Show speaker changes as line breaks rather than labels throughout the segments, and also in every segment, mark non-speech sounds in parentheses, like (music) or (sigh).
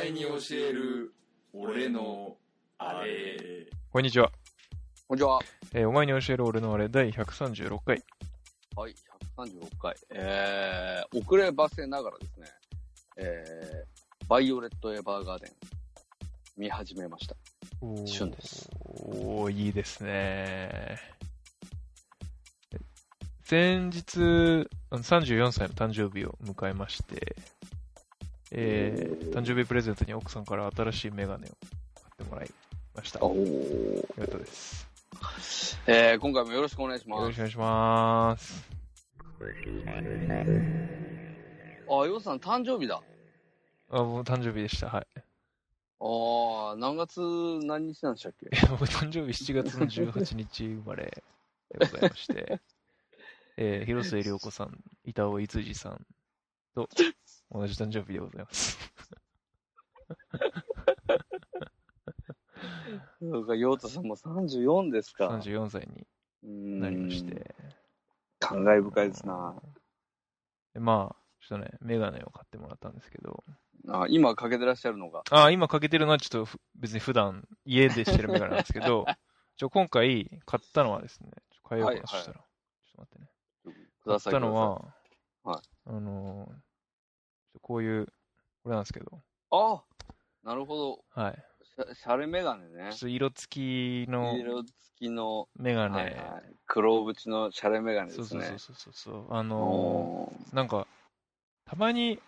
える俺のあれ。
こんにちは。
こんにちは。
えーお前に教える俺のあれ、第136回。
はい、136回。えー、遅ればせながらですね、えー、バイオレット・エヴァーガーデン、見始めました。
お
旬です。
おーいいですね。前日、あの34歳の誕生日を迎えまして、えー誕生日プレゼントに奥さんから新しいメガネを買ってもらいました。よ
ー。
かったです。
えー、今回もよろしくお願いし
よろしく
ま
お
す。
願いします。
あ、ようさん誕生日だ。
あ、もう誕生日でした。はい。
あー、何月何日なんでしたっけ
僕誕生日7月の18日生まれでございま
(laughs)
して、えー広末涼子さん、板尾いつじさんと同じ誕生日でございます。
そうか、ヨウタさんも34ですか。
34歳にな
な
りまして。。
感慨深いですな。
でまあ、ちょっとね、メガネを買ってもらったんですけど、
あ今かけてらっしゃるのが。
あ今かけてるのはちょっとふ別に普段家でしてるメガネなんですけ
(laughs)
ど、ちょ今回買ったのはですね、ちょ変えようかな、
はい
そしたら。ちょっと待ってね。
ください。
買ったの
く
は、
ださ
あのーこういう、これなんですけど、
ださい。あなるほど。
はい。
しゃシャレメガネね
ちょっ。と色付きの
色付きの、
メガ
はい
ネ。
はい、黒縁のシャレメガネです
そ
ね。
うそうそうそうそうそう。あの
お
ーなんか、たまに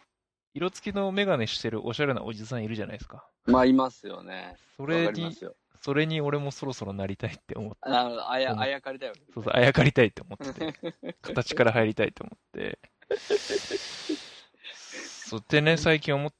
色付きのメガネしてるおしゃれなおじさんいるじゃないですか。
ーまあ、いますよね。
そ
わか
れ
りま
に
す、よ。
それに俺もそろそろなりたいって思って、
あのあ
う
や
ん
あやかりたいわけです
そうそ
ね
う、あやかりたいって思って
(laughs)
て、形から入りたいと思って。そうってね、最近思っ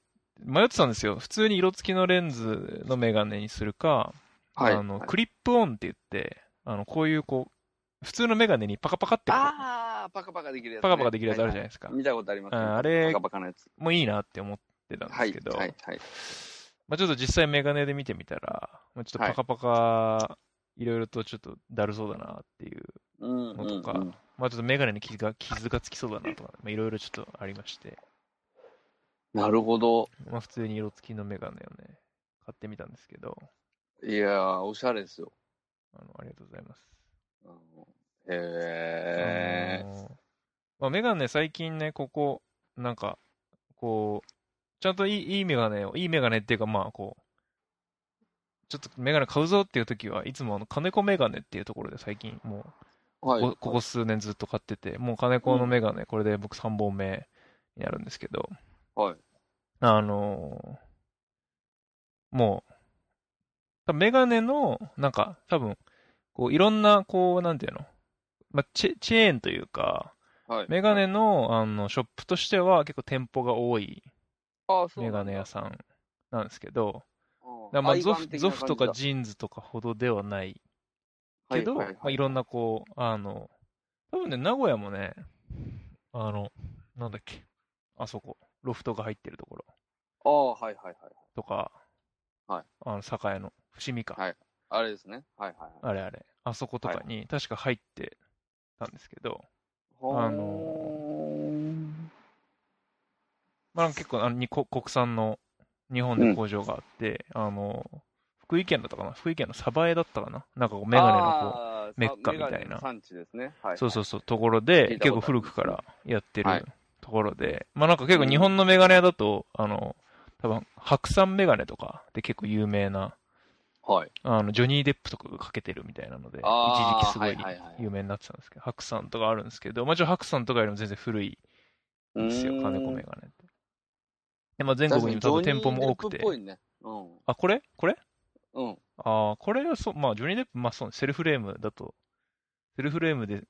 迷ってたんですよ。普通に色付きのレンズのメガネにするか、
はい。
あの、
はい
クリップオンって言って、あの、こういうこう、普通のメガネにパカパカってこう
あー、パカパカできるやつ、ね。
パカパカできるやつあるじゃない
い
ですか。
見たことあります、ね。
ああれ
パカパカのやつ。
もういいなって思ってたんで
は
す
い
けど、
はい。はい。
まあ、ちょっと実際メガネで見てみたら、まあ、ちょっとパカパカ、いろいろとちょっとだるそうだなっていう、
うん、うん。
のとか
うん
まあ、ちょっとメガネに傷が傷がつきそうだなとか、まあ、いろいろちょっとありまして、
なるほど。
まあ、普通に色付きのメガネをね、買ってみたんですけど、
いやー、おしゃれですよ。
あのありがとうございます。
あのへえ
あ。のーまあ、メガネ最近ね、ここ、なんか、こう、ちゃんといいいいメガネを、いいメガネっていうか、まあ、こう、ちょっとメガネ買うぞっていう時はいつもあの金子メガネっていうところで最近もう
はい。
こここ数年ずっと買ってて、もう金子のメガネ、これで僕3本目になるんですけど、
はい。
あのーもう、多分メガネの、なんか、多分、こう、いろんな、こう、なんていうの、まあ、チェチェーンというか、
はい。
メガネの、あの、ショップとしては結構店舗が多い
あー、そう
メ
な
ガ
んだ
ネ屋さんなんですけど、だか
う
ら
ん
まあ
アイ
ゾ
バン
フ
的
ゾ
な
フとか
感じ
ジーンズとかほどではない
だ
けど、
はいいはいはい
まあ、いろんなこう、あの、多分ね、名古屋もね、あの、なんだっけ、あそこ、ロフトが入ってるところ
ああ、はいはいはい。
とか、
はい
あの、栄の伏見か、
はいあれですね。はいはいはい。
あれあれ、あそことかに確か入ってたんですけど、
ほ
あのまあ、なんか結構あのにこ国産の日本で工場があって、あの、福井県だったかな福井県の鯖江だったかななんかこうメガネのこう、
あー
メッカみたいな
メガネの産地ですね。はい。
そう
う。
そうそう、ところ
聞
で、
い
結構
たことある
古くからやって
はい
るところで、まあなんか結構日本のメガネ屋だと、あの、多分白山メガネとかで結構有名な、
はい。
あの、ジョニー・デップとかがかけてるみたいなので、
あ
一
ー
時期すごい
はいはいはい
有名になってたんですけど、白山とかあるんですけど、まあちょっと白山とかよりも全然古いんですよ、
うーん
金子メガネって。で、まあ全国にも多分店舗も多くて
確、かにジョニーデップっぽいね。
あ、これこれ
うん。うん。
ああ、これはそう、まあ、ジョニー・デップ、まあそう、セルフレームだと、セルフレームで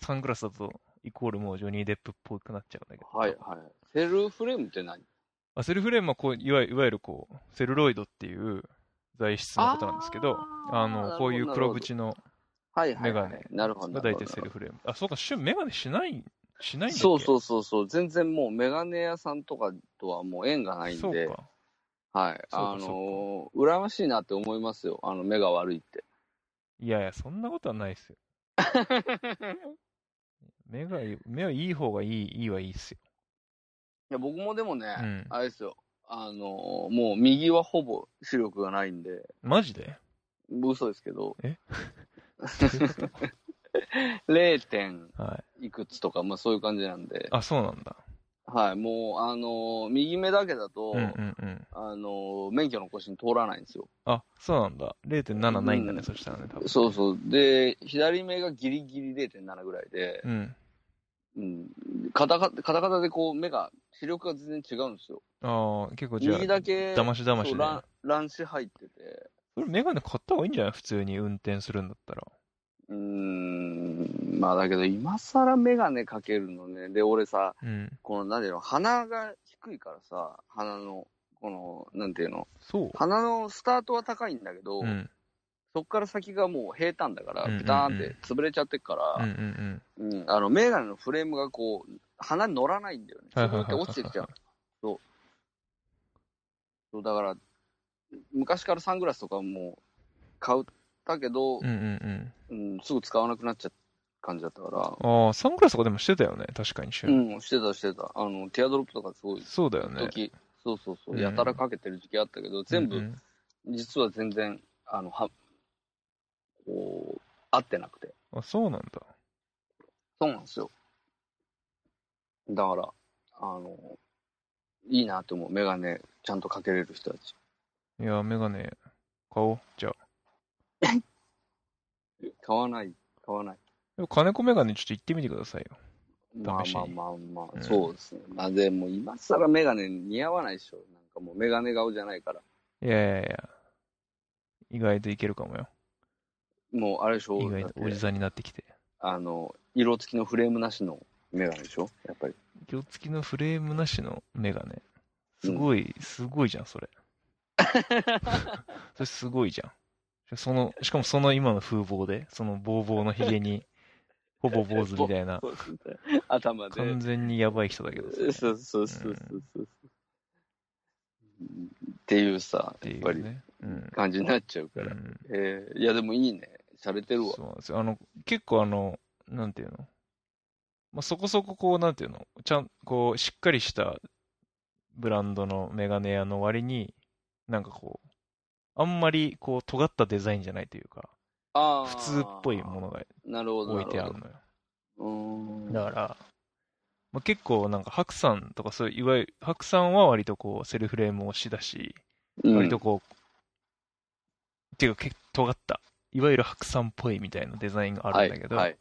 サングラスだと、イコールもうジョニー・デップっぽくなっちゃうんだけど。
はいはい。セルフレームって何
あセルフレームはこういわゆる、いわゆるこう、セルロイドっていう材質のことなんですけど、
あー
あ
なるほ
の、
ど
こういう黒縁の
はいはい
メ
はい。
ガネ
なるほど。
が
なる
大
ほど
体セルフレーム。あ、そうか、シュンメガネしない、しないんだっけ
そうそうそうそう。全然もうメガネ屋さんとかとはもう縁がないん
そう
で。
か。
はい。
そうか
あのー、羨ましいなって思いますよ。あの、目が悪いって。
いやいや、そんなことはないです
(laughs)
よ。目がいい、目はいい方がいい、いいはいいっすよ。
いや、僕もでもね、
うん
あれですよ。あの、もう右はほぼ視力がないんで、
マジ
(laughs)
で
嘘ですけど、
え
0. 点
はい。
いくつとか、まあそういう感じなんで、
あ、そうなんだ。
はい、もう、あの、右目だけだと、
うんうんうん。
あの、免許の更新通らないんですよ。
あ、そうなんだ。0.7ないんだね、
うん
そしたらね、多分。
そうそう。で、左目がギリギリ0.7ぐらいで、
うん。
うん、カタカタカタカタでこう目が、視力が全然違うんですよ。
ああ、結構じゃ
右
あ、
だけ、
だましだま
そ
し
う
ね
乱。乱視入ってて、
これメガネ買った方がいいんじゃない普通に運転するんだったら。
うーん、まあだけど今更メガネかけるのね。で、俺さ、
うん。
この、なんていうの、鼻が低いからさ、鼻の、この、なんていうの、
そう。
鼻のスタートは高いんだけど、
うん。
そっから先がもう平坦だから
うんうんう、ん
ペターンって潰れちゃってっから、
うんうん
うん、あの、メガネのフレームがこう、鼻に乗らないんだよね。
はい
そ
はいは
こだ
いはい
け落ちてきちゃう。そう。そう、だから、昔からサングラスとかも買ったけど
うん。う、んうん
うん、すぐ使わなくなっちゃった感じだったか
うん。ああ、サングラスとかでもしてたよね、確かに一緒
ら、う
に。
ん、してたしてた。あの、ティアドロップとかすごい、
そうだよね。
時、そうそうそうう、
ん
やたらかけてる時期あったけど、全
う
部、
ん
実は全然、あの、は、こう、合ってなくて。
うん。あ、そうなんだ。
そうなんですよ。だから、あの、いいなと思う。メガネ、ちゃんとかけれる人たち。
いや、メガネ買おう。じゃあ。
買わない、買わない。
でも金子メガネちょっと行ってみてくださいよ。
まあ
試し
まあ
に
まあま
う
あ、
ん
そうですね。まあでも、今更メガネ似合わないでしょ。なんかもうメガネ顔じゃないから。
いやいやいや。意外といけるかもよ。
もう、あれでしょ
意。外
だっ
とおじ
て
さんになってきて。
あの、色付きのフレームなしのメガネでしょ。やっぱり。
色付きのフレームなしのメガネ。すごい、すごいじゃん、
(laughs)
それ。それすごいじゃん。その、しかもその今の風貌で、そのボーボーのヒゲ
(laughs)
に、ほぼ坊主みたいな、
そうですね頭で。
完全にやばい人だけどそれっ
そうそうそうそうそう。っていうさ、
て
やっ
い
ぱり
う。ね。うん。
感じになっちゃう
う
から。
ん
えーいや、でもいいね。洒落てるわ。
そうなんですよ。あの、結構あの、なんていうのまあ、そこそここう、なんていうのちゃん、こう、しっかりしたブランドのメガネ屋の割に、なんかこう、あんまりこう、尖ったデザインじゃないというか、
あー
普通っぽいものが
なるほど。
置いてある
な
のよ。
ほど。うーん。
だから、まあ、結構なんか白さんとかそういう、いわゆる白さんは割とこう、セルフレーム推しだし、
うん
割とこう、っていうか結構尖った、いわゆる白さんっぽいみたいなデザインがあるんだけど、
はいはい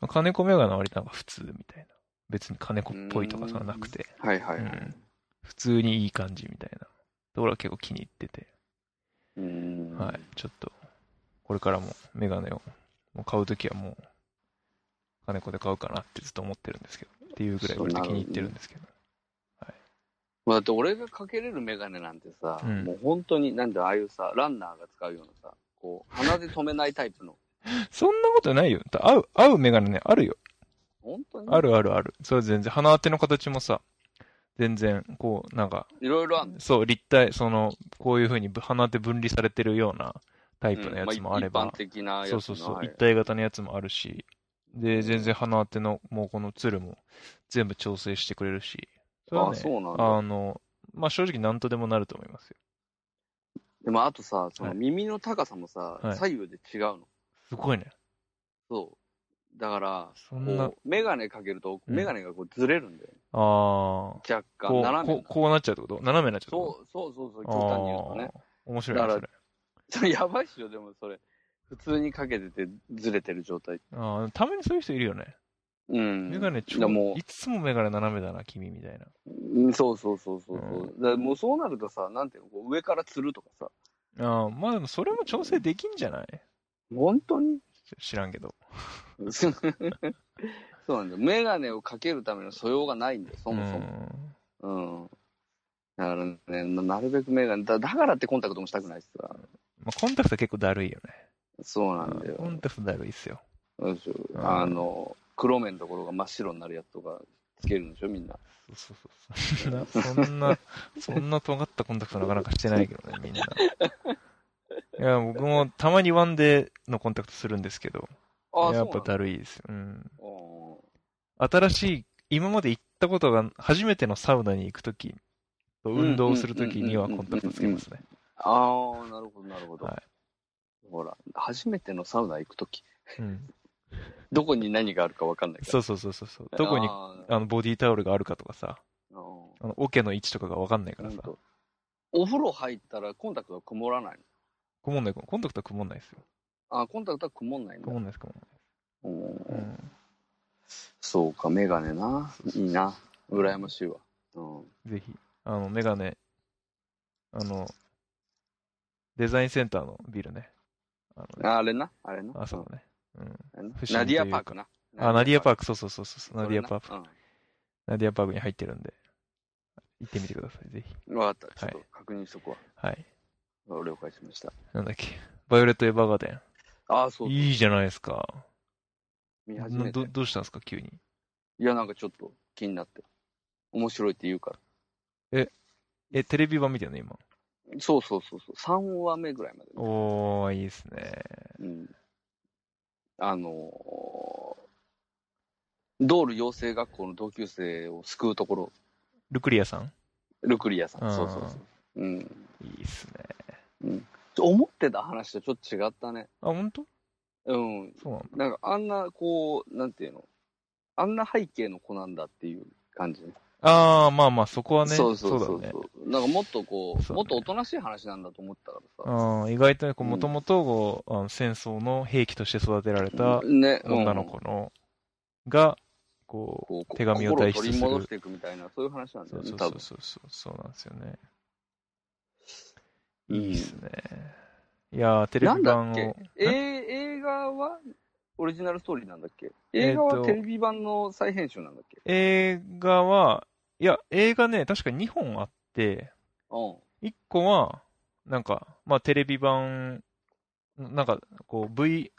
まあ金子メガネは割となんか普通みたいな。別に金子っぽいとかさ
うーん
なくて、
はいはいは
う
い
ん。普通にいい感じみたいな。で俺は結構気に入ってて、
うーん
はい、ちょっと、これからもメガネをもう買うときはもう、金子で買うかなってずっと思ってるんですけど、っていうぐらい割と気に入ってるんですけど。
だって俺がかけれるメガネなんてさ、
うん
もう本当に、なんでああいうさ、ランナーが使うようなさ、こう、鼻で止めないタイプの。
そんなことないよ。合う、合うメガネね、あるよ。
本当に
あるあるある。それは全然、鼻当ての形もさ、全然、こう、なんか、
いろいろある
そう、立体、その、こういうふうにぶ鼻当て分離されてるようなタイプのやつもあれば、
一般的なやつ
そ
の
うそうそう、
はい
一体型のやつもあるし、で、全然鼻当ての、もうこのツルも全部調整してくれるし、それは
あ、
ね、
そうなんだ。
あの、まあ、正直何とでもなると思いますよ。
でもあとさ、そ
は
の
い
耳の高さもさ、
はい
左右で違うの。
すごいね。
そう。だから、
そんな
こ、う、メガネかけると、
うん
メガネがこうずれるんだよね。
ああ、
若干、
こう、
斜め
こ
に
うこうなっちゃうってこと斜めになっちゃうってこ
そうそうそうそう、
と
極端に言うとね。
あー面白いね、
だ
そ
か
れ。
そ (laughs) れやばいっしょ、でもそれ。普通にかけててずれてる状態。
ああ、たまにそういう人いるよね。
うん。
メガネ
ち
超、
も
いつもメガネ斜めだな、君みたいな。
うんそうそうそうそう。
う
うんだからもうそうなるとさ、なんていうの、こう上からつるとかさ。
ああ、まあでもそれも調整できんじゃない
本当に (laughs)
ちょ知らんけど。
そうなんだよ。メガネをかけるための素養がないんだよ、そもそも。
うん
うん。だからね、なるべくメガネ、だだからってコンタクトもしたくないしさ。
まあ、コンタクト結構だるいよね。
そうなんだ
コ
よ。
ンタクトだるいっすよ。
そうでしょ
うん
あの、黒目のところが真っ白になるやつとかつけるんでしょ、みんな。
そうそうそうそんな、そんな、そんな尖ったコンタクトなかなかしてないけどね、みんな。いや、僕もたまにワンデーのコンタクトするんですけど、
ああ、
や
そ
っ
うな
ぱ
んだ。
だるいですよ。うん。
うん
新しい、今まで行ったことが、初めてのサウナに行くときと運動をするときにはコンタクトつけますね。
ああ、なるほど、なるほど。
は
ほら、初めてのサウナ行くとき、
うん。
どこに何があるかわかんないから。
そうそうそうそうそう。どこに
あー
あのボディタオルがあるかとかさ、
あー
あの桶の位置とかがわかんないから
ほん
さ、
とお風呂入ったらコンタクトは曇らないの
曇んない、コンタクトは曇んないですよ。
あ、コンタクトは曇んないんだ
曇ん。ないです、曇ん
うん
ない。
そうか、メガネな
そう。そうそう
いいな。羨ましいわ。うん。
うん。ぜひ、あの、メガネ、あの、デザインセンターのビルね。あのね、
ああれな、あれな。
あそこね。うん。
うんあれな
不審
ナディ
と
ア
いう
パ
か
ークな。
あ、ナディアパ
ー
ーク、そうそうそうそう、
ク
ナディアパーク。
ク。
ナディアパークに入ってるんで、行ってみてください、ぜひ。
うんわかった。
はい
ちょっと確認しとくわ。
はい。
了解しました。
なんだっけ。バイオレット・エヴァーガーデ
ああ、そ
ン。
う。
いいじゃないですか。
見始
な
めて
ど。どうしたんですか、急に。
いや、なんかちょっと気になって。面白いって言うから。
え、テレビ版見てるの、今。
そうそうそうそう。3話目ぐらいまでね、
おー、いいですね。
うん。あのードール養成学校の同級生を救うところ、
ルクリアさん
ルクリアさん。
うん
そうそうそう。うん。
いいっすね。
思ってた話とちょっと違ったね。
あ、ほんと
うん。
そうなんだ。
なんかあんな、こう、なんていうの、あんな背景の子なんだっていう感じね。
あー、まあまあ、そこはね、
そうそうそう
だね
そ。う、なんかもっとこう、
そうね
もっとおとなしい話なんだと思ったからさ。
うん、意外とね、こう、
うん
もともと、あの戦争の兵器として育てられた
ね、うん
女の子の、が、こ
こうこ
手紙を代筆する
心を取り戻していくみたいな、そういう話なん
う、そ
だよ
うそ、
ね
うそ
多
う
分。
そうそう、そうなんですよね。
うん
いいっすね。いやー、テレビ版
なんだ
を
っ、えー映画はオリジナルストーリーなんだっけ
え
映画
ー
は
と
テレビ版の再編集なんだっけ、
映画は、いや、映画ね、確か2本あって、1個は、なんか、まあ、テレビ版、なんか、こう、V、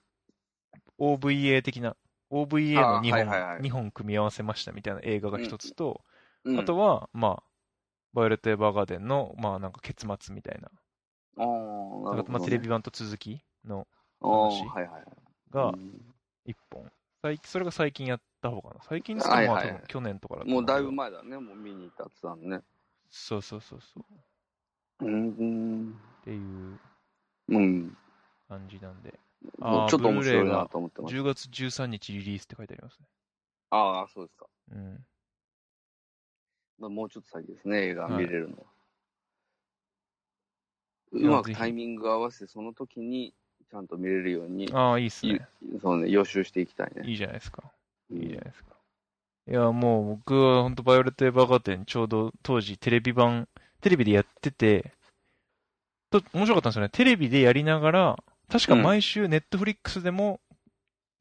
OVA 的な、OVA の2
あー
本、
はいはいはい
2本組み合わせましたみたいな映画が1つと、
うん。
あとは、まあ、バイオレット・エヴァーガーデンの、まあ、なんか結末みたいな。
あーなるほどね、
まあ、テレビ版と続きの
あー
話
はいはい。
が
うん
1本。最近それが最近やった方かな。最近ですか、
はい
まあ
はい
多分去年とかだと思
もうだい
け
ぶ
ど
前だね、もう見に行ったってたんね。
そうそうそうそう。っ
うん。
ていう
うん。
感じなんで。
も
あ
う
ー
ちょっと面白い
ブルーレイ
な
が
と思ってます。
10月13日リリースって書いてありますね。
ああ、そうですか。
うん。
まあもうちょっと先ですね、映画
はい
見れるのは。
いや
うま
ぜ
く
ひ
タイミング合わせて、その時にちゃんと見れるように、
ああ、いいっすね。
そうね、予習していきたいね。
いいじゃないですか。
うん
いいじゃないですか。いや、もう僕は本当バイオレット・エヴァーガーデン、ちょうど当時テレビ版、テレビでやってて、と、面白かったんですよね。テレビでやりながら、確か毎週ネットフリックスでも、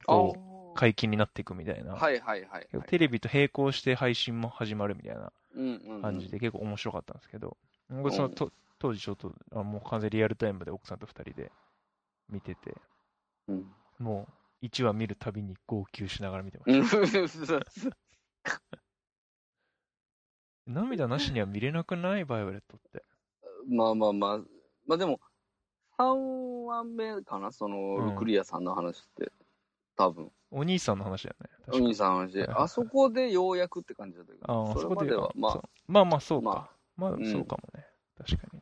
こう、
あー
解禁になっていくみたいな。
はいはいはい、はい。
テレビと並行して配信も始まるみたいな
うんうんうん
感じで結構面白かったんですけど、僕そのと当時ちょっと、あもう完全リアルタイムで奥さんと二人で見てて、
うん
もう1話見るたびに号泣しながら見てました。
うん
涙なしには見れなくないバイオレットって。
まあまあまあ、まあでも、3話目かな、その、
うん
ルクリアさんの話って、多分、
お兄さんの話だよね。
お
確か
兄さんの話で、
はいはい
あそこでようやくって感じだったけど、
ああ、
そ
そこ
れま
で
では、ま
そ
あ
う、まあまあ、そう
ま
か。まあ、
うん
そうかもね。確かに。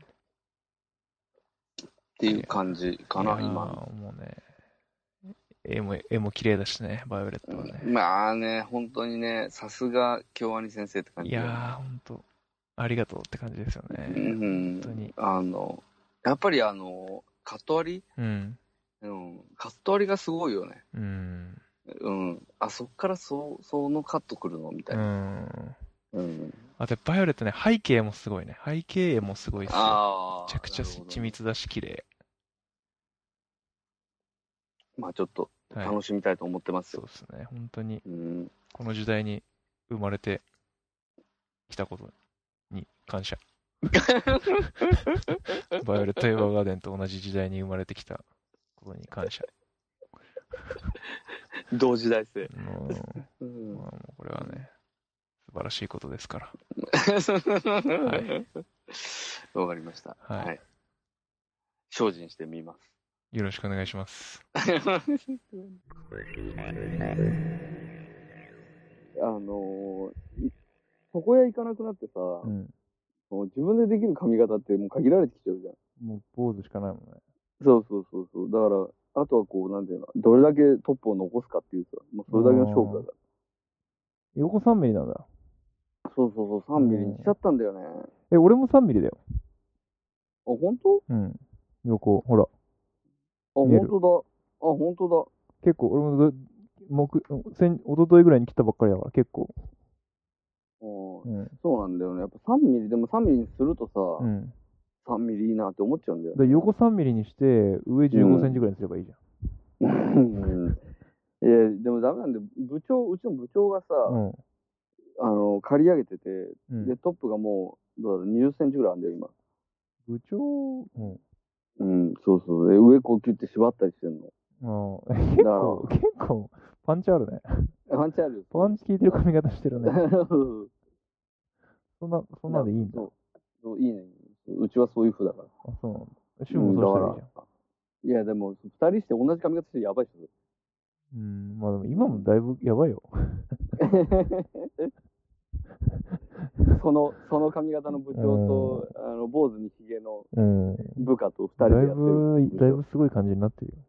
っていう感じかな、
いやー
今の。
もうね。絵も、絵も綺麗だしね、バイオレットはね。
まあね、本当にね、さすが京アニ先生って感じ
い
だよね
やー、ほんと、ありがとうって感じですよね。
う
本
ん
当に。
あの、やっぱりあの、カット割
うん。
りうん、カット割りがすごいよね。
うん。
うん。あ、そっからそ、そのカットくるのみた
う
いな。
ん。
うん。
あと、バイオレットね、背景もすごいね。背景絵もすごいっすよ。
ああ。
めちゃくちゃ
なるほどね
緻。密だし、綺麗。
まあちょっと、
はい。
楽しみたいと思ってます
そう
よ。
ですね。本当に、
うん。 (laughs)
この時代に生まれてきたことに感謝。バイオレット・エヴァーガーデンと同じ時代に生まれてきたことに感謝。
同時代性。
あのーま
うん。
あ、もうこれはね、素晴らしいことですから。
はい。 (laughs) わかりました。
はい
い。精進してみます。
よろしくお願いします。
(laughs) あのー、い床屋行かなくなってさ、
ん。
もう自分でできる髪型ってもう限られてきちゃうじゃん。
もう坊主しかないもんね。
そうそうそうそう。だから、あとはこう、なんていうの、どれだけトップを残すかっていうさ、もうそれだけの勝負だか
横3ミリなんだ。
ら。そうそうそう、3ミリにしちゃったんだよね。あ、
え、俺も3ミリだよ。
本当
うん。横、ほら。
あ、
見え
本
る
当だ。あ、本当
結構、俺もど、木、先、一昨日ぐらいに切ったばっかりだから、結構。
だ。うん、
うん。
そうなんだよね。やっぱ3ミリ、でも3ミリにすると
う
さ、
ん。だか
3ミリいいなって思っちゃうんだよね。
ら横3ミリにして、上15センチぐらいにすればいいじ
うんいや、でもダメなんで、部長、うちの部長がさ、
ゃん。うん。
あの、刈り上げてて、
うん。
で、トップがもう、どうだろう、20センチぐらいあるんだよ、今。
部長、うん。
うん、そうそう。で、上こうキュッて縛ったりしてんの。
ああ、結構、結構、パンチあるね。
ワンチャンあるよ。
パンチ効いてる髪型してる
(laughs)
ね。
そう
そんな、そんなでいいんだ。
そ
あ、
うそういいね。うちはそういう風だから。
そうなんだ。シュンもそうしたらいいじゃん。
いや、でも、二人して同じ髪型してやばいっすよ。
うん、まあでも今もだいぶやばいよ。
その、その髪型の部長と、あの、坊主にひげの
うん。
部下と二
だ
人
い
でやってる。
ぶ、だいぶすごい感じになってるよ。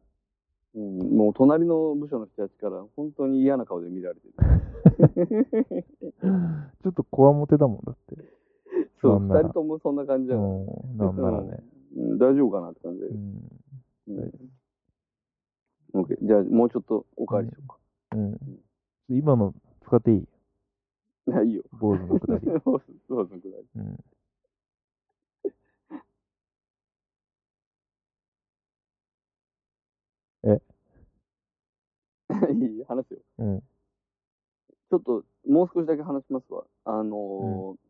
うん、もう隣の部署の人たちから本当に嫌な顔で見られてる。
ちょっとこわもてだもんだって。
(laughs) そ
な
う、
ん
二
なら
人ともそんな感
う
じだから。
ん、なんならね。
うん、大丈夫かなって感じで
う。ん。
うん OK じゃあ、もうちょっとおかわりしようか。
うん。今の使っていい
い (laughs) や、いいよ。
坊主のくだり。
そうそうそうそう
うん。
(laughs) いい話すよ。
うん。
ちょっと、もう少しだけ話しますわ。あのー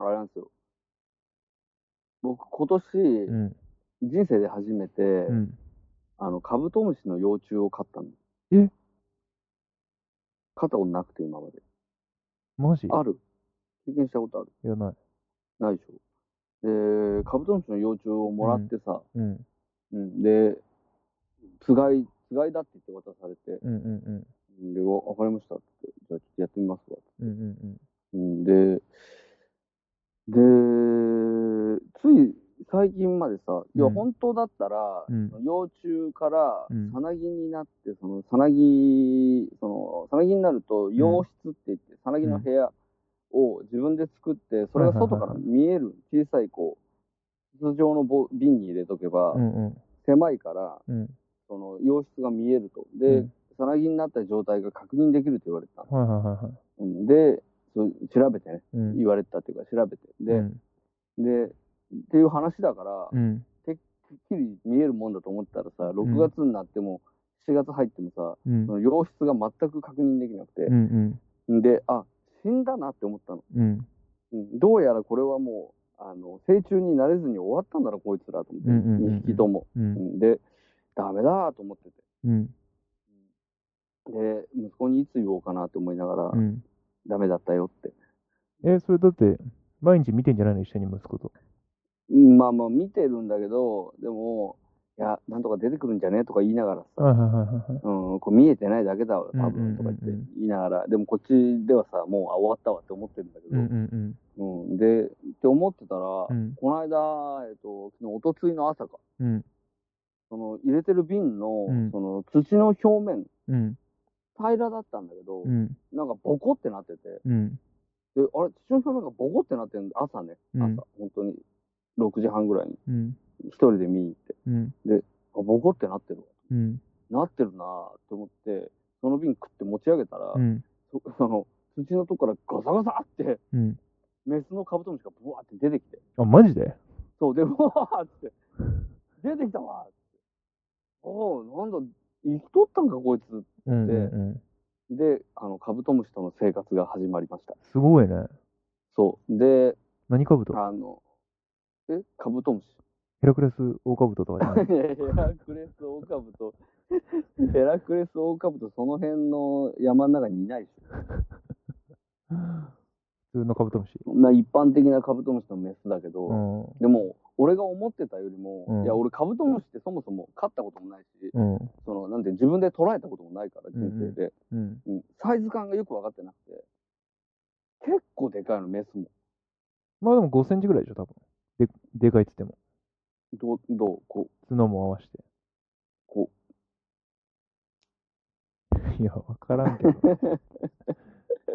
あれなんですよ。僕、今年、
うん。
人生で初めて、
うん。
あの、カブトムシの幼虫を飼ったの。
え
飼ったことなくて、今まで。
マジい
ある経験したことある
や、ない。
ないでしょ。で、カブトムシの幼虫をもらってさ、
うん。
うん、で、つがい、つがいだって言って渡されて、
うんうんうん。
で、わわかりましたって言って、じゃあちょっとやってみますわ。
うんうん
うんで、で、つい最近までさ、いや、
うん
本当だったら、
うん
幼虫から
うん
さなぎになって、そのさなぎ、そのさなぎになると、洋室って言って、さなぎの部屋を自分で作って、それが外から見える、小さいこう、筒状のぼ瓶に入れとけば
う、ん。うん
狭いから、
うん。うん。
その洋室が見えると。
う
で
ん、
さなぎになった状態が確認できると言われてた。
はいはいはいはい。
うんで、そう調べてね。
うん。
言われてたっていうか調べてで、
うん。
でっていう話だから、
う
て
ん。
っきり見えるもんだと思ってたらさ
ん
6月になっても7月入ってもさ、
うん
そ。の洋室が全く確認できなくて
う、ん
であ死んだなって思ったの、
うんうん
うんどうやらこれはもうあの成虫になれずに終わったんだなこいつらと思って、
うんうんうんうん
2匹とも、
う
うんんでダメだと思ってて
うん
で息子にいつ言おうかなって思いながら、
うん
ダメだったよって
えそれだって毎日見てんじゃないの一緒に息子と
うんまあまあ見てるんだけど、でも、いや、なんとか出てくるんじゃねとか言いながらさ、
はいはいはいはい
うん、こう見えてないだけだわ、多
うんうんうんうん
分とか言って言いながら、でもこっちではさ、もうあ終わったわって思ってるんだけ
うん
ど、
うん
うんで、って思ってたら、
うんうん
この間、えっと、昨日、おとついの朝か、
うん
その入れてる瓶の、
うん
その土の表面、
うん
平らだったんだけど、
うん
なんかボコってなってて、
うん
で、あれ、土の表面がボコってなってるんで、朝ね、
う
朝、
ん
本当に6時半ぐらいに、
うん
一人で見に行って、
うん
あ、ボコってなってるわ。
うん
なってるなぁと思って、その瓶食って持ち上げたら、
うん
そ (laughs) その土のとこからガサガサって、
うん
メスのカブトムシがブワーって出てきて、
あマジで
そうで、うわーって、出てきたわーって、おお、なんだ、生きとったんか、こいつ。
うんうんうん
で、あのカブトムシとの生活が始まりました。
すごいね
そう。で、
何かぶと
あの、えカブトムシ (laughs)
ヘラクレスオオカブトとかじゃない
ヘラクレスオオカブト、 (laughs) ヘラクレスオオカブト、その辺の山の中にいないでしょ。
普通のカブトムシ
まあ、一般的なカブトムシのメスだけど、
うん
でも俺が思ってたよりも、
うん
いや俺カブトムシってそもそも飼ったこともないし
うん
そのなんて自分で捉えたこともないから人生で、
うん
うんサイズ感がよく分かってなくて結構でかいのメスも
まあでも5センチぐらいでしょ、多分。で、でかいっつっても。
どう、どう、こ
角も合わして。
こ
(laughs) いや、わからん
(laughs)
けど。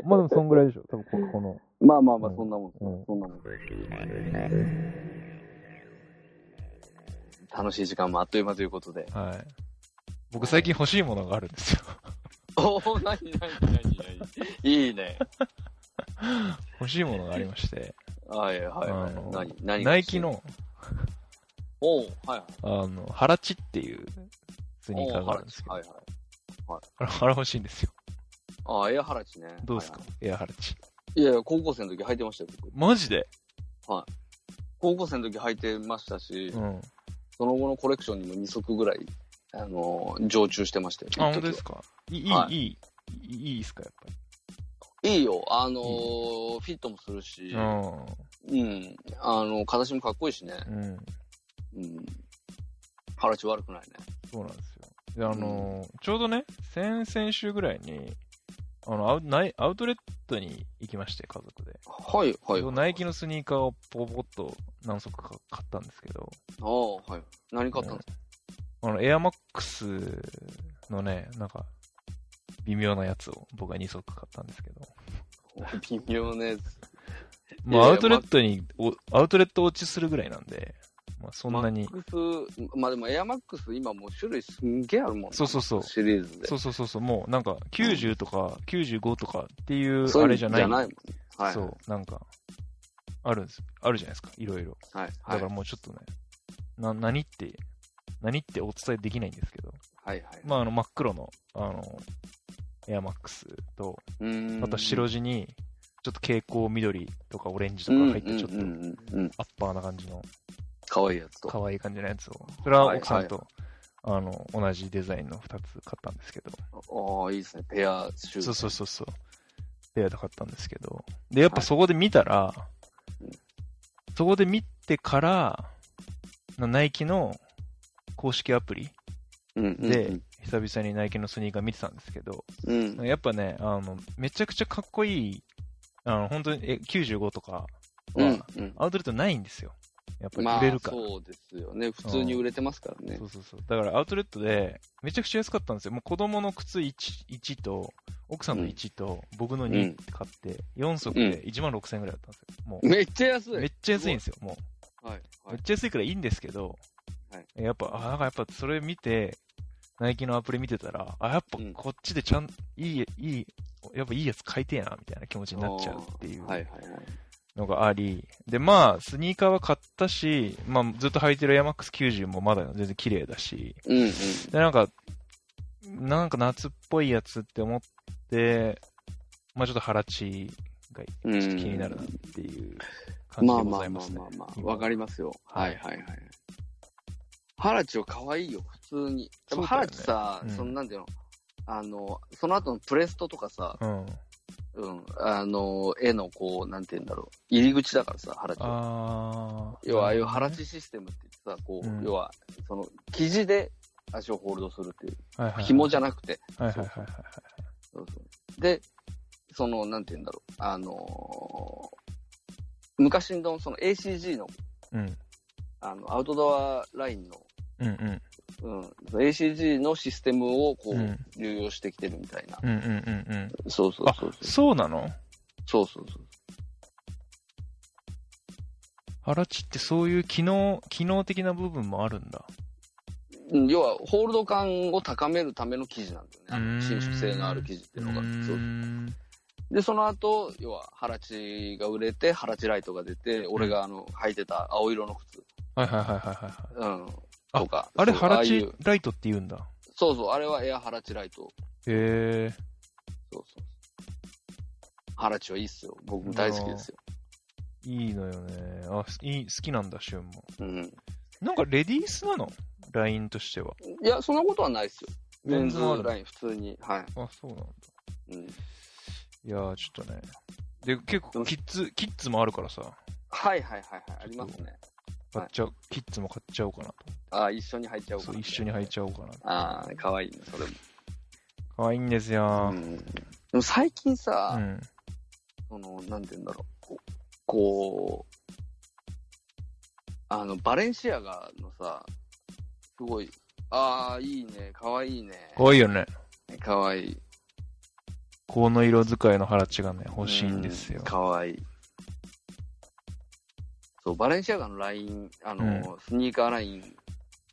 まあでもそんぐらいでしょ、多分ここの。
う。まあまあまあ
う、ん
そんなもんです、
うん
そんなもん。
楽しい時間もあっという間ということ
(laughs)
で。
はい。僕最近欲しいものがあるんですよ。 (laughs)
おお、なになになになにいいね。
欲しいものがありまして、
はいはいは
あの
い。なに、なに
ナイキ。の、
おお、はいはい。
あの、ハラチっていうスニーカーがあるんですけど、
お
あ
ー
れ
ハラチ
あれ欲しいんですよ。
はいはい。ああ、エアハラチね。
どうですか
はい
エアハラチ。
はいいやいや、高校生の時履いてましたよ、僕。
マジで
高校生の時履いてましたし、
うん。
その後のコレクションにも2足ぐらい、あのー、常駐してましたよ。
あ、本当
一時は
ですかいい、
はい
いい、いい、いいですかやっぱり。
いいよ、あのーフィットもするし、うん、あの、形もかっこいいしね、
うん。うん。
うん。腹地悪くないね。
そうなんですよ。で、あのーちょうどね、先々週ぐらいに、あの、アウナイアウトレットに行きまして、家族で。
はい、はい。
ナイキのスニーカーをポコポッと何足か買ったんですけど、
ああ、はい。何買ったんですか、
あの、エアマックスのね、なんか、微妙なやつを僕は2足買ったんですけど。
微妙なやつ。
まあ、
いや
ア
いや
ウトレットに、おアウトレット落ちするぐらいなんで、まあ、そんなに。
マックス、まあでもエアマックス今もう種類すんげえあるもんね。
そうそうそう
シリーズで。
そうそうそうそう、もうなんか90とか95とかっていう
そう
あ
うの
れじゃない。
じゃないもんね。はい。
そう、なんか、あるんです。あるじゃないですか、いろいろ。
はい。は
だ
い。
から
はい
もうちょっとね、な、何って、何ってお伝えできないんですけど、。
はい。
まあ、あの、真っ黒の、あの、エアマックスと、
うーん
あと白地に、ちょっと蛍光緑とかオレンジと
う
か
ん
入って、ちょっと
うんうんうんうん。
アッパーな感じの、
かわいいやつと。
可愛い感じのやつを、それは
はい
奥さんと、あの、同じデザインの2つ買ったんですけど、
ああ、いいですね。ペアシューズ。
そうそうそうそう。ペアで買ったんですけど。で、やっぱそこで見たら、そこで見てから、なナイキの公式アプリ
うんうんうん。
で、久々にナイキのスニーカー見てたんですけど、
うん。
やっぱね、あの、めちゃくちゃかっこいい、あの、本当にえ95とかは、
うん。うん
アウトレットないんですよ。やっぱり
まあ
売れるから。
そうですよね。普通に売れてますからね
そ。うそうそう。だからアウトレットで、めちゃくちゃ安かったんですよ。もう子供の靴 1, 1と、奥さんの1と、僕の
う
2
ん
って買って、4足で1万6000円ぐらいだったんですよ。も
めっちゃ安い。
う、めっちゃ安いんですよ、も
はい。
う。
は
め
い
っちゃ安いからいいんですけど、
はい
やっぱ、あ、なんかやっぱそれ見て、ナイキのアプリ見てたら、あ、やっぱこっちでちゃん、いい、いい、やっぱいいやつ買いてえな、みたいな気持ちになっちゃうっていう
はいはいはい。
のがあり、で、まあ、スニーカーは買ったし、まあ、ずっと履いてるエアマックス90もまだ全然綺麗だし、
うんうん。
で、なんか、なんか夏っぽいやつって思って、まあちょっと腹地がちょっと気になるなっていう感じ
ま
で
あ
ご
ま
ざ
あ
い
ま
ま
あ
すね
ま。あまあ、
今
わかりますよ。はいはいはい。ハラチは可愛いよ、普通に。で
そう
も
だ
ハ
よね
ラチさ、
うん
そのなんていうの、あの、その後のプレストとかさ、
うん。
うん、あの、絵のこう、なんていうんだろう、入り口だからさ、ハラチは。
あー。
要は、ああいうハ
腹
ラ
地
チシステムって言ってさ、こう、
うん
要は、その、生地で足をホールドするっていう。
はいはいはい、
紐じゃ
な
なくて。
はいはいはいはい。
そうそうで、その、なんて言うんだろう、あのー昔のその ACG の
うん。
あのアウトドアラインの、
うんうん。
うん、その ACG のシステムをこう、
うん
流用してきてるみたいな。
うんうんうんうん。
そうそう
あ
そう、そう。
そうなの
そうそうそう。
腹地ってそういう機能、機能的な部分もあるんだ。
うん要は、ホールド感を高めるための生地なんだよねあ
うーん
の。伸縮性のある生地っていうのが。そうそうで、その後、要は、ハラチが売れて、ハラチライトが出て、俺があの、履いてた青色の靴、
はいはいはいはいはい。
うん、
あ
とか。
あれ、
そう
腹
ああい
地
う
ライトって言うんだ。
そうそう、あれはエアハラチライト。
へえ。
そうそう。ハラチはいいっすよ。僕も大好きですよ。
いいのよね。あ、いい、好きなんだ、シュンも。
うん。
なんかレディースなのラインとしては。
いや、そんなことはないですよ。メンズ
メンズもあ
ライン、普通に。は
あ、そうなんだ。
い。うん、
いやー、ちょっとね。で、結構キッズ、キッズもあるからさ、
はいはいはいはい。ありますね。
買っちゃう、キッズも買っちゃおうかな
ああ、一緒に入っちゃお
と。
うか
そ
な
う、一緒に履いちゃおうかな。
ああ、かわいいね、それも。
可愛いんですよ
う。ん、でも最近
う
さ、
ん。
その、なんて言うんだろう。こうこあの、バレンシアガのさ、すごい、ああ、いいね、かわいいね。
可愛いよね。
かわいい。
この色使いのハラチがね、欲しいんですよ
う。かわいい。そう、バレンシアガのライン、あの、スニーカーライン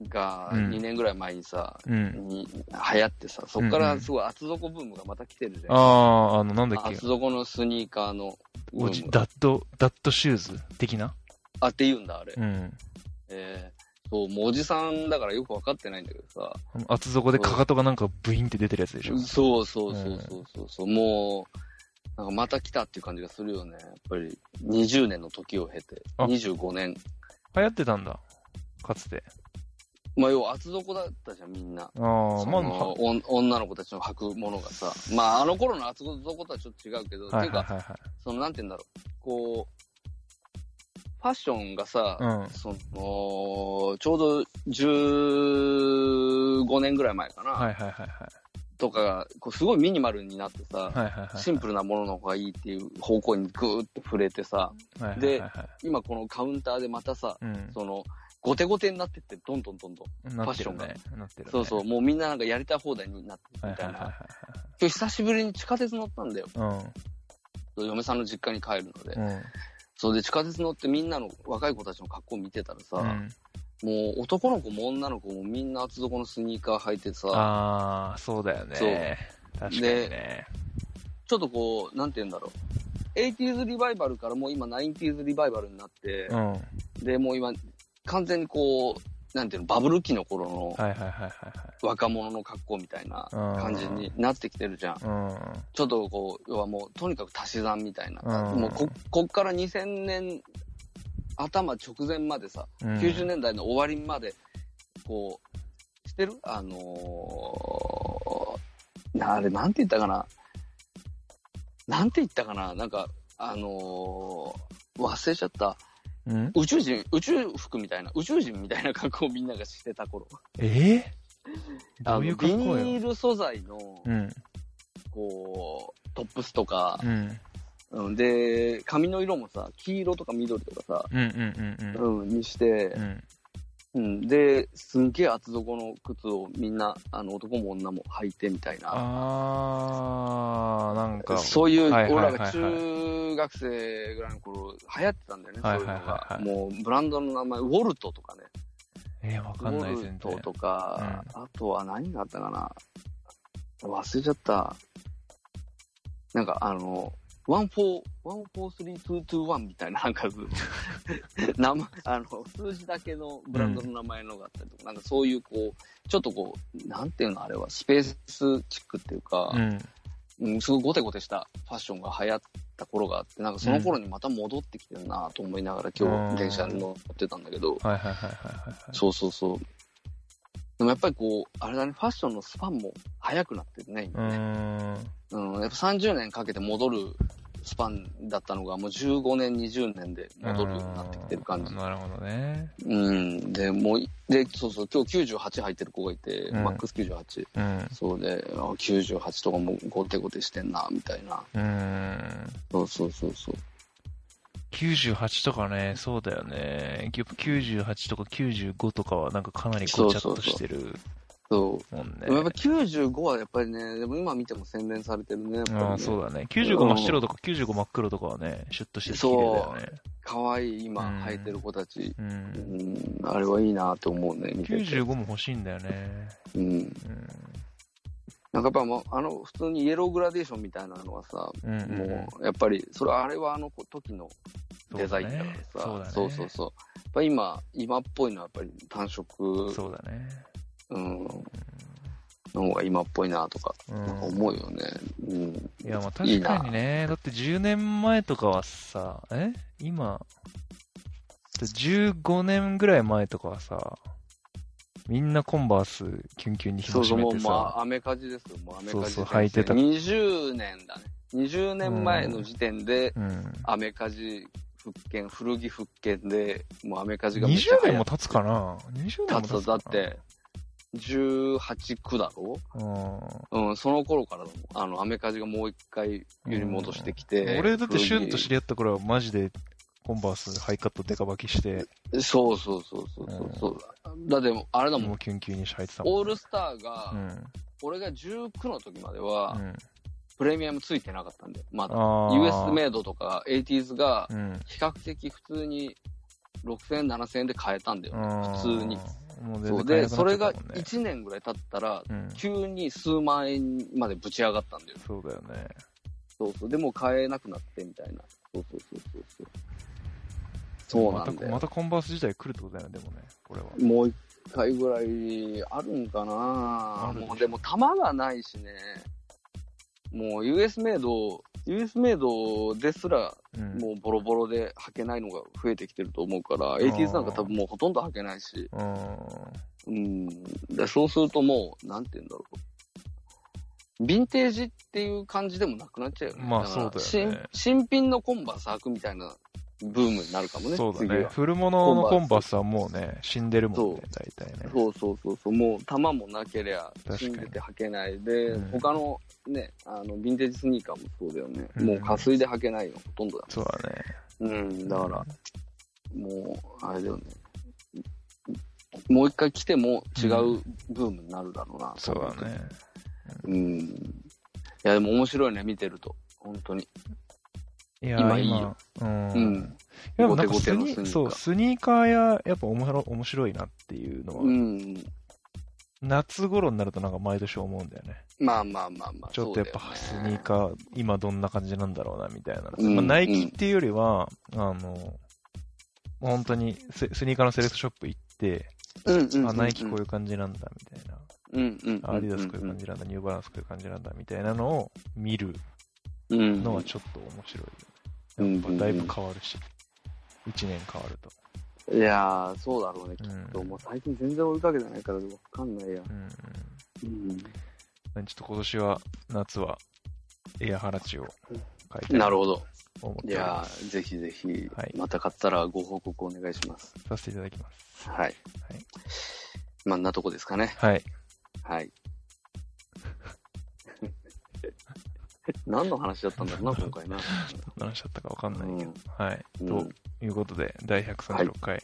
が
うん
2年ぐらい前にさ、
うん。
に流行ってさ、そっからすごい厚底ブームがまた来てるじゃん。
ああ、あの、なんだっけ
厚、底のスニーカーのブ
おじ
ーム。
ダッド、ダッドシューズ的な
あって言うんだ、あれ。
うん。
えーそう、もうおじさんだからよくわかってないんだけどさ。
厚底でかかとがなんかブイーンって出てるやつでしょ。
そうそうそうそうそうそう、もう、なんかまた来たっていう感じがするよね。やっぱり20年の時を経て、
あ
25年。
流行ってたんだ。かつて。
まあ要は厚底だったじゃん、みんな。
ああ、
そ
まあ、
のおん女の子たちの履くものがさ、まああの頃の厚底とはちょっと違うけど、
はい
っていう
はいは
か、
いはい。
そのなんて言うんだろう、こう、ファッションがさ、
うん
その、ちょうど15年ぐらい前かな、
はいはいはいはい。
とかが、こうすごいミニマルになってさ、
はいはいはい。
シンプルなものの方がいいっていう方向にぐーっと触れてさ、
はいはいはいはい
で今このカウンターでまたさ、
うん。
その、後手後手になってって、どんどんどんどん。
なって
ファッショ
る
ンが
ね。なってるね。
そうそう、もうみんななんかやりたい放題になって
は
る
い
み
はいはい
た
いは
な。今日久しぶりに地下鉄乗ったんだよ。
いはい。
嫁さんの実家に帰るので。
うん。うん。
そうで、地下鉄乗ってみんなの若い子たちの格好見てたらさ、
うん
もう男の子も女の子もみんな厚底のスニーカー履いてさ、
ああ、そうだよね。
そう
確かにね。
ちょっとこう、なんて言うんだろう。80s リバイバルからもう今 90s リバイバルになって、
うん。はい
で、もう今、完全にこう、なんていうの、バブル期の頃の
はいはいはいはい。
若者の格好みたいな感じになってきてるじゃん。
うん。
ちょっとこう、要はもう、とにかく足し算みたいな。
うん
もうこ、こっから2000年頭直前までさ、
うん
90年代の終わりまで、こう、してるあのー、なあれ、なんて言ったかななんて言ったかななんか、あのー、忘れちゃった。
うん
宇宙人、宇宙服みたいな、宇宙人みたいな格好をみんながしてた頃。
えーど
あの
うい
ビ
う格好
ニ
よ。
ール素材の、
うん。
こう、トップスとか
う、ん。
うん、で、髪の色もさ、黄色とか緑とか
うんうんうん
さ、
うん。
うん、にして
う、ん。
うん、で、すんげえ厚底の靴をみんな、あの、男も女も履いてみたいな。
ああ、なんか。
そういう、
はいはいはいはい
俺らが中学生ぐらいの頃、流行ってたんだよね、
はいはい
そういうのが。
はいはい
もう、ブランドの名前、ウォルトとかね。
えー、わかん
ウ
ない、
ォル
全
ト
然。
とか、あとは何があったかな。忘れちゃった。なんか、あの、ワンフォー、ワンフォースリーツーツーワンみたいな、なんか、
(laughs)
名前、あの、数字だけのブランドの名前のがあったりとか、なんかそういう、こう、ちょっとこう、なんていうの、あれは、スペースチックっていうか
う、ん。
うん、すごいゴテゴテしたファッションが流行った頃があって、なんかその頃にまた戻ってきてるなと思いながら、今
うん
日電車に乗ってたんだけど、
はいはいはいはいはいはい。
そうそうそう。でもやっぱりこう、あれだね、ファッションのスパンも早くなってる
う
ね、今ね。
ーん。
うん、やっぱ30年かけて戻るスパンだったのが、もう15年、20年で戻るようになってきてる感じ
うん。なるほどね。
うん、で、もうい、で、そうそう、今日98入ってる子がいて、
うん
マックス98。
うん。
そうで、あ98とかもゴテゴテしてんな、みたいな。
うーん。
そうそうそうそう。
98とかね、そうだよね。やっぱ98とか95とかはなんかかなりごちゃっとしてる
そう。
もんね。
でもやっぱ95はやっぱりね、でも今見ても洗練されてるね。やっぱりね
ああ、そうだね。95真っ白とか95真っ黒とかはね、シュッとしてて綺麗だよね。
可愛い今
うん
生えてる子たち。
う。
うんん、あれはいいなと思うね、見てて。
95も欲しいんだよね。
うん。
うん。
なんかやっぱもう、あの、普通にイエローグラデーションみたいなのはさ、
うんうんうん、
もう、やっぱり、それはあれはあの時のデザインだからさ、
そうだね。
そうそうそう。やっぱ今、今っぽいのはやっぱり単色、
そうだね。
うん、の方が今っぽいなとか、
うん
なんか思うよね。うん。
いや、まあ
い
確
いな
かにね、だって10年前とかはさ、え今、だって15年ぐらい前とかはさ、みんなコンバースキュンキュンに紐
そうそう、
締
も
め
う、
て
ま
さ、
あ、アメカジですよ。もうアメカジです
そう
よ。
そう履いてた
20年だね。20年前の時点で、
うん。
アメカジ復権、古着復権で、もうアメカジがめっちゃ
20
流
年
行
も
って
経つかな ?20 年も
経つ
経
だっ
つかな
て、、18区だろうん、その頃からだもんあの、アメカジがもう一回揺り戻してきて。
うん。俺だってシュンと知
り
り合った頃はマジで、コンバース、ハイカットデカバキして、
そうそうそうそうそうそう、だってもうあれだもん、
もうキュンキュンに履いてたもん。
オールスターが、
うん。
俺が19の時まで
う
は、
ん。
プレミアムついてなかったんで、まだ。
ああ。
US メイドとか 80s が、
うん。
比較的普通に6000円、7000円で買えたんだよ、
あー
普通に。。
もう全然
そう
買えなくなっち
で、
ゃった
それ
も
が
んね
1年ぐらい経ったら、
うん。
急に数万円までぶち上がったんだよ。
そうだよね。
そうそう。でもう買えなくなってみたいな。そうそうそうそうそう。そうなんだ
また、ま
よ。
たコンバース自体来るってことだよね、でもね、これは。
もう一回ぐらいあるんかな
あるでしょ
もうでも弾がないしね。もう US メイド、US メイドですら
うん。
もうボロボロで履けないのが増えてきてると思うから、80s なんか多分もうほとんど履けないし。
うん。
うん。で、そうするともう、なんて言うんだろう。ヴィンテージっていう感じでもなくなっちゃうよね。
まあ
から
そうだよね
新新品のコンバース履くみたいなブームになるかもね。
そうだ
次
ね。
は
古物の
コ
コ
ン
ン
バ
バ
ー
ースはもうね、死んでるもんね、大体ね。
そうそうそうそう。もう、玉もなけりゃ、
確か
死
に
んでて履けないで、
うん
他のね、あの、ヴィンテージスニーカーもそうだよね。
うん
もう、加水で履けないよ、ほとんどだ。
そうだね。
うん、だから、もう、あれだよね。もう一回来ても違うブームになるだろうな。
そうだね。
うん。いや、でも面白いね、見てると。本当に。
いや、今、
今いいよ
うん。
うん。
でもなんかス
ゴテゴ
ニ
テのスニーカー
そう、スニーカーや、やっぱ面白面白いなっていうのは、
うん。
夏頃になるとなんか毎年思うんだよね。
まあまあまあまあ。
ちょっとやっぱス
そうだよね
ニーカー、今どんな感じなんだろうな、みたいな。
うん
まあ、ナイキっていうよりは、あの、本当にススニーカーのセレクトショップ行って、
うんうんうんうん。
あ、ナイキこういう感じなんだ、みたいな。
うんうんうん。
アディダスこういう感じなんだ、ニューバランスこういう感じなんだ、みたいなのを見る
うん。
のはちょっと面白
う
い
ん
よね。やっぱだいぶ変わるし、1年変わると。
いやー、そうだろうね、きっと。
うん
もう最近全然追いかけてないからわかんないや。
うんうん。
うん。
なんでちょっと今年は、夏は、エアハラチを買いたい
なる
と
ほど。
思っ
い
ており
や
ます
ー、ぜひぜひ
はい、
また買ったらご報告お願いします。
させていただきます。
はい。
はい。
まあ、んなとこですかね。
はい。 (laughs)
はい。何の話だったんだろうな、今回な。
何しちゃったかわかんないけど。はい。
うん
ということで、第136回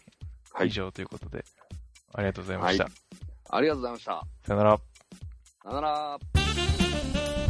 はい
以。上ということで、ありがとうございました。
ありがとうございました。
さよなら。
さよなら。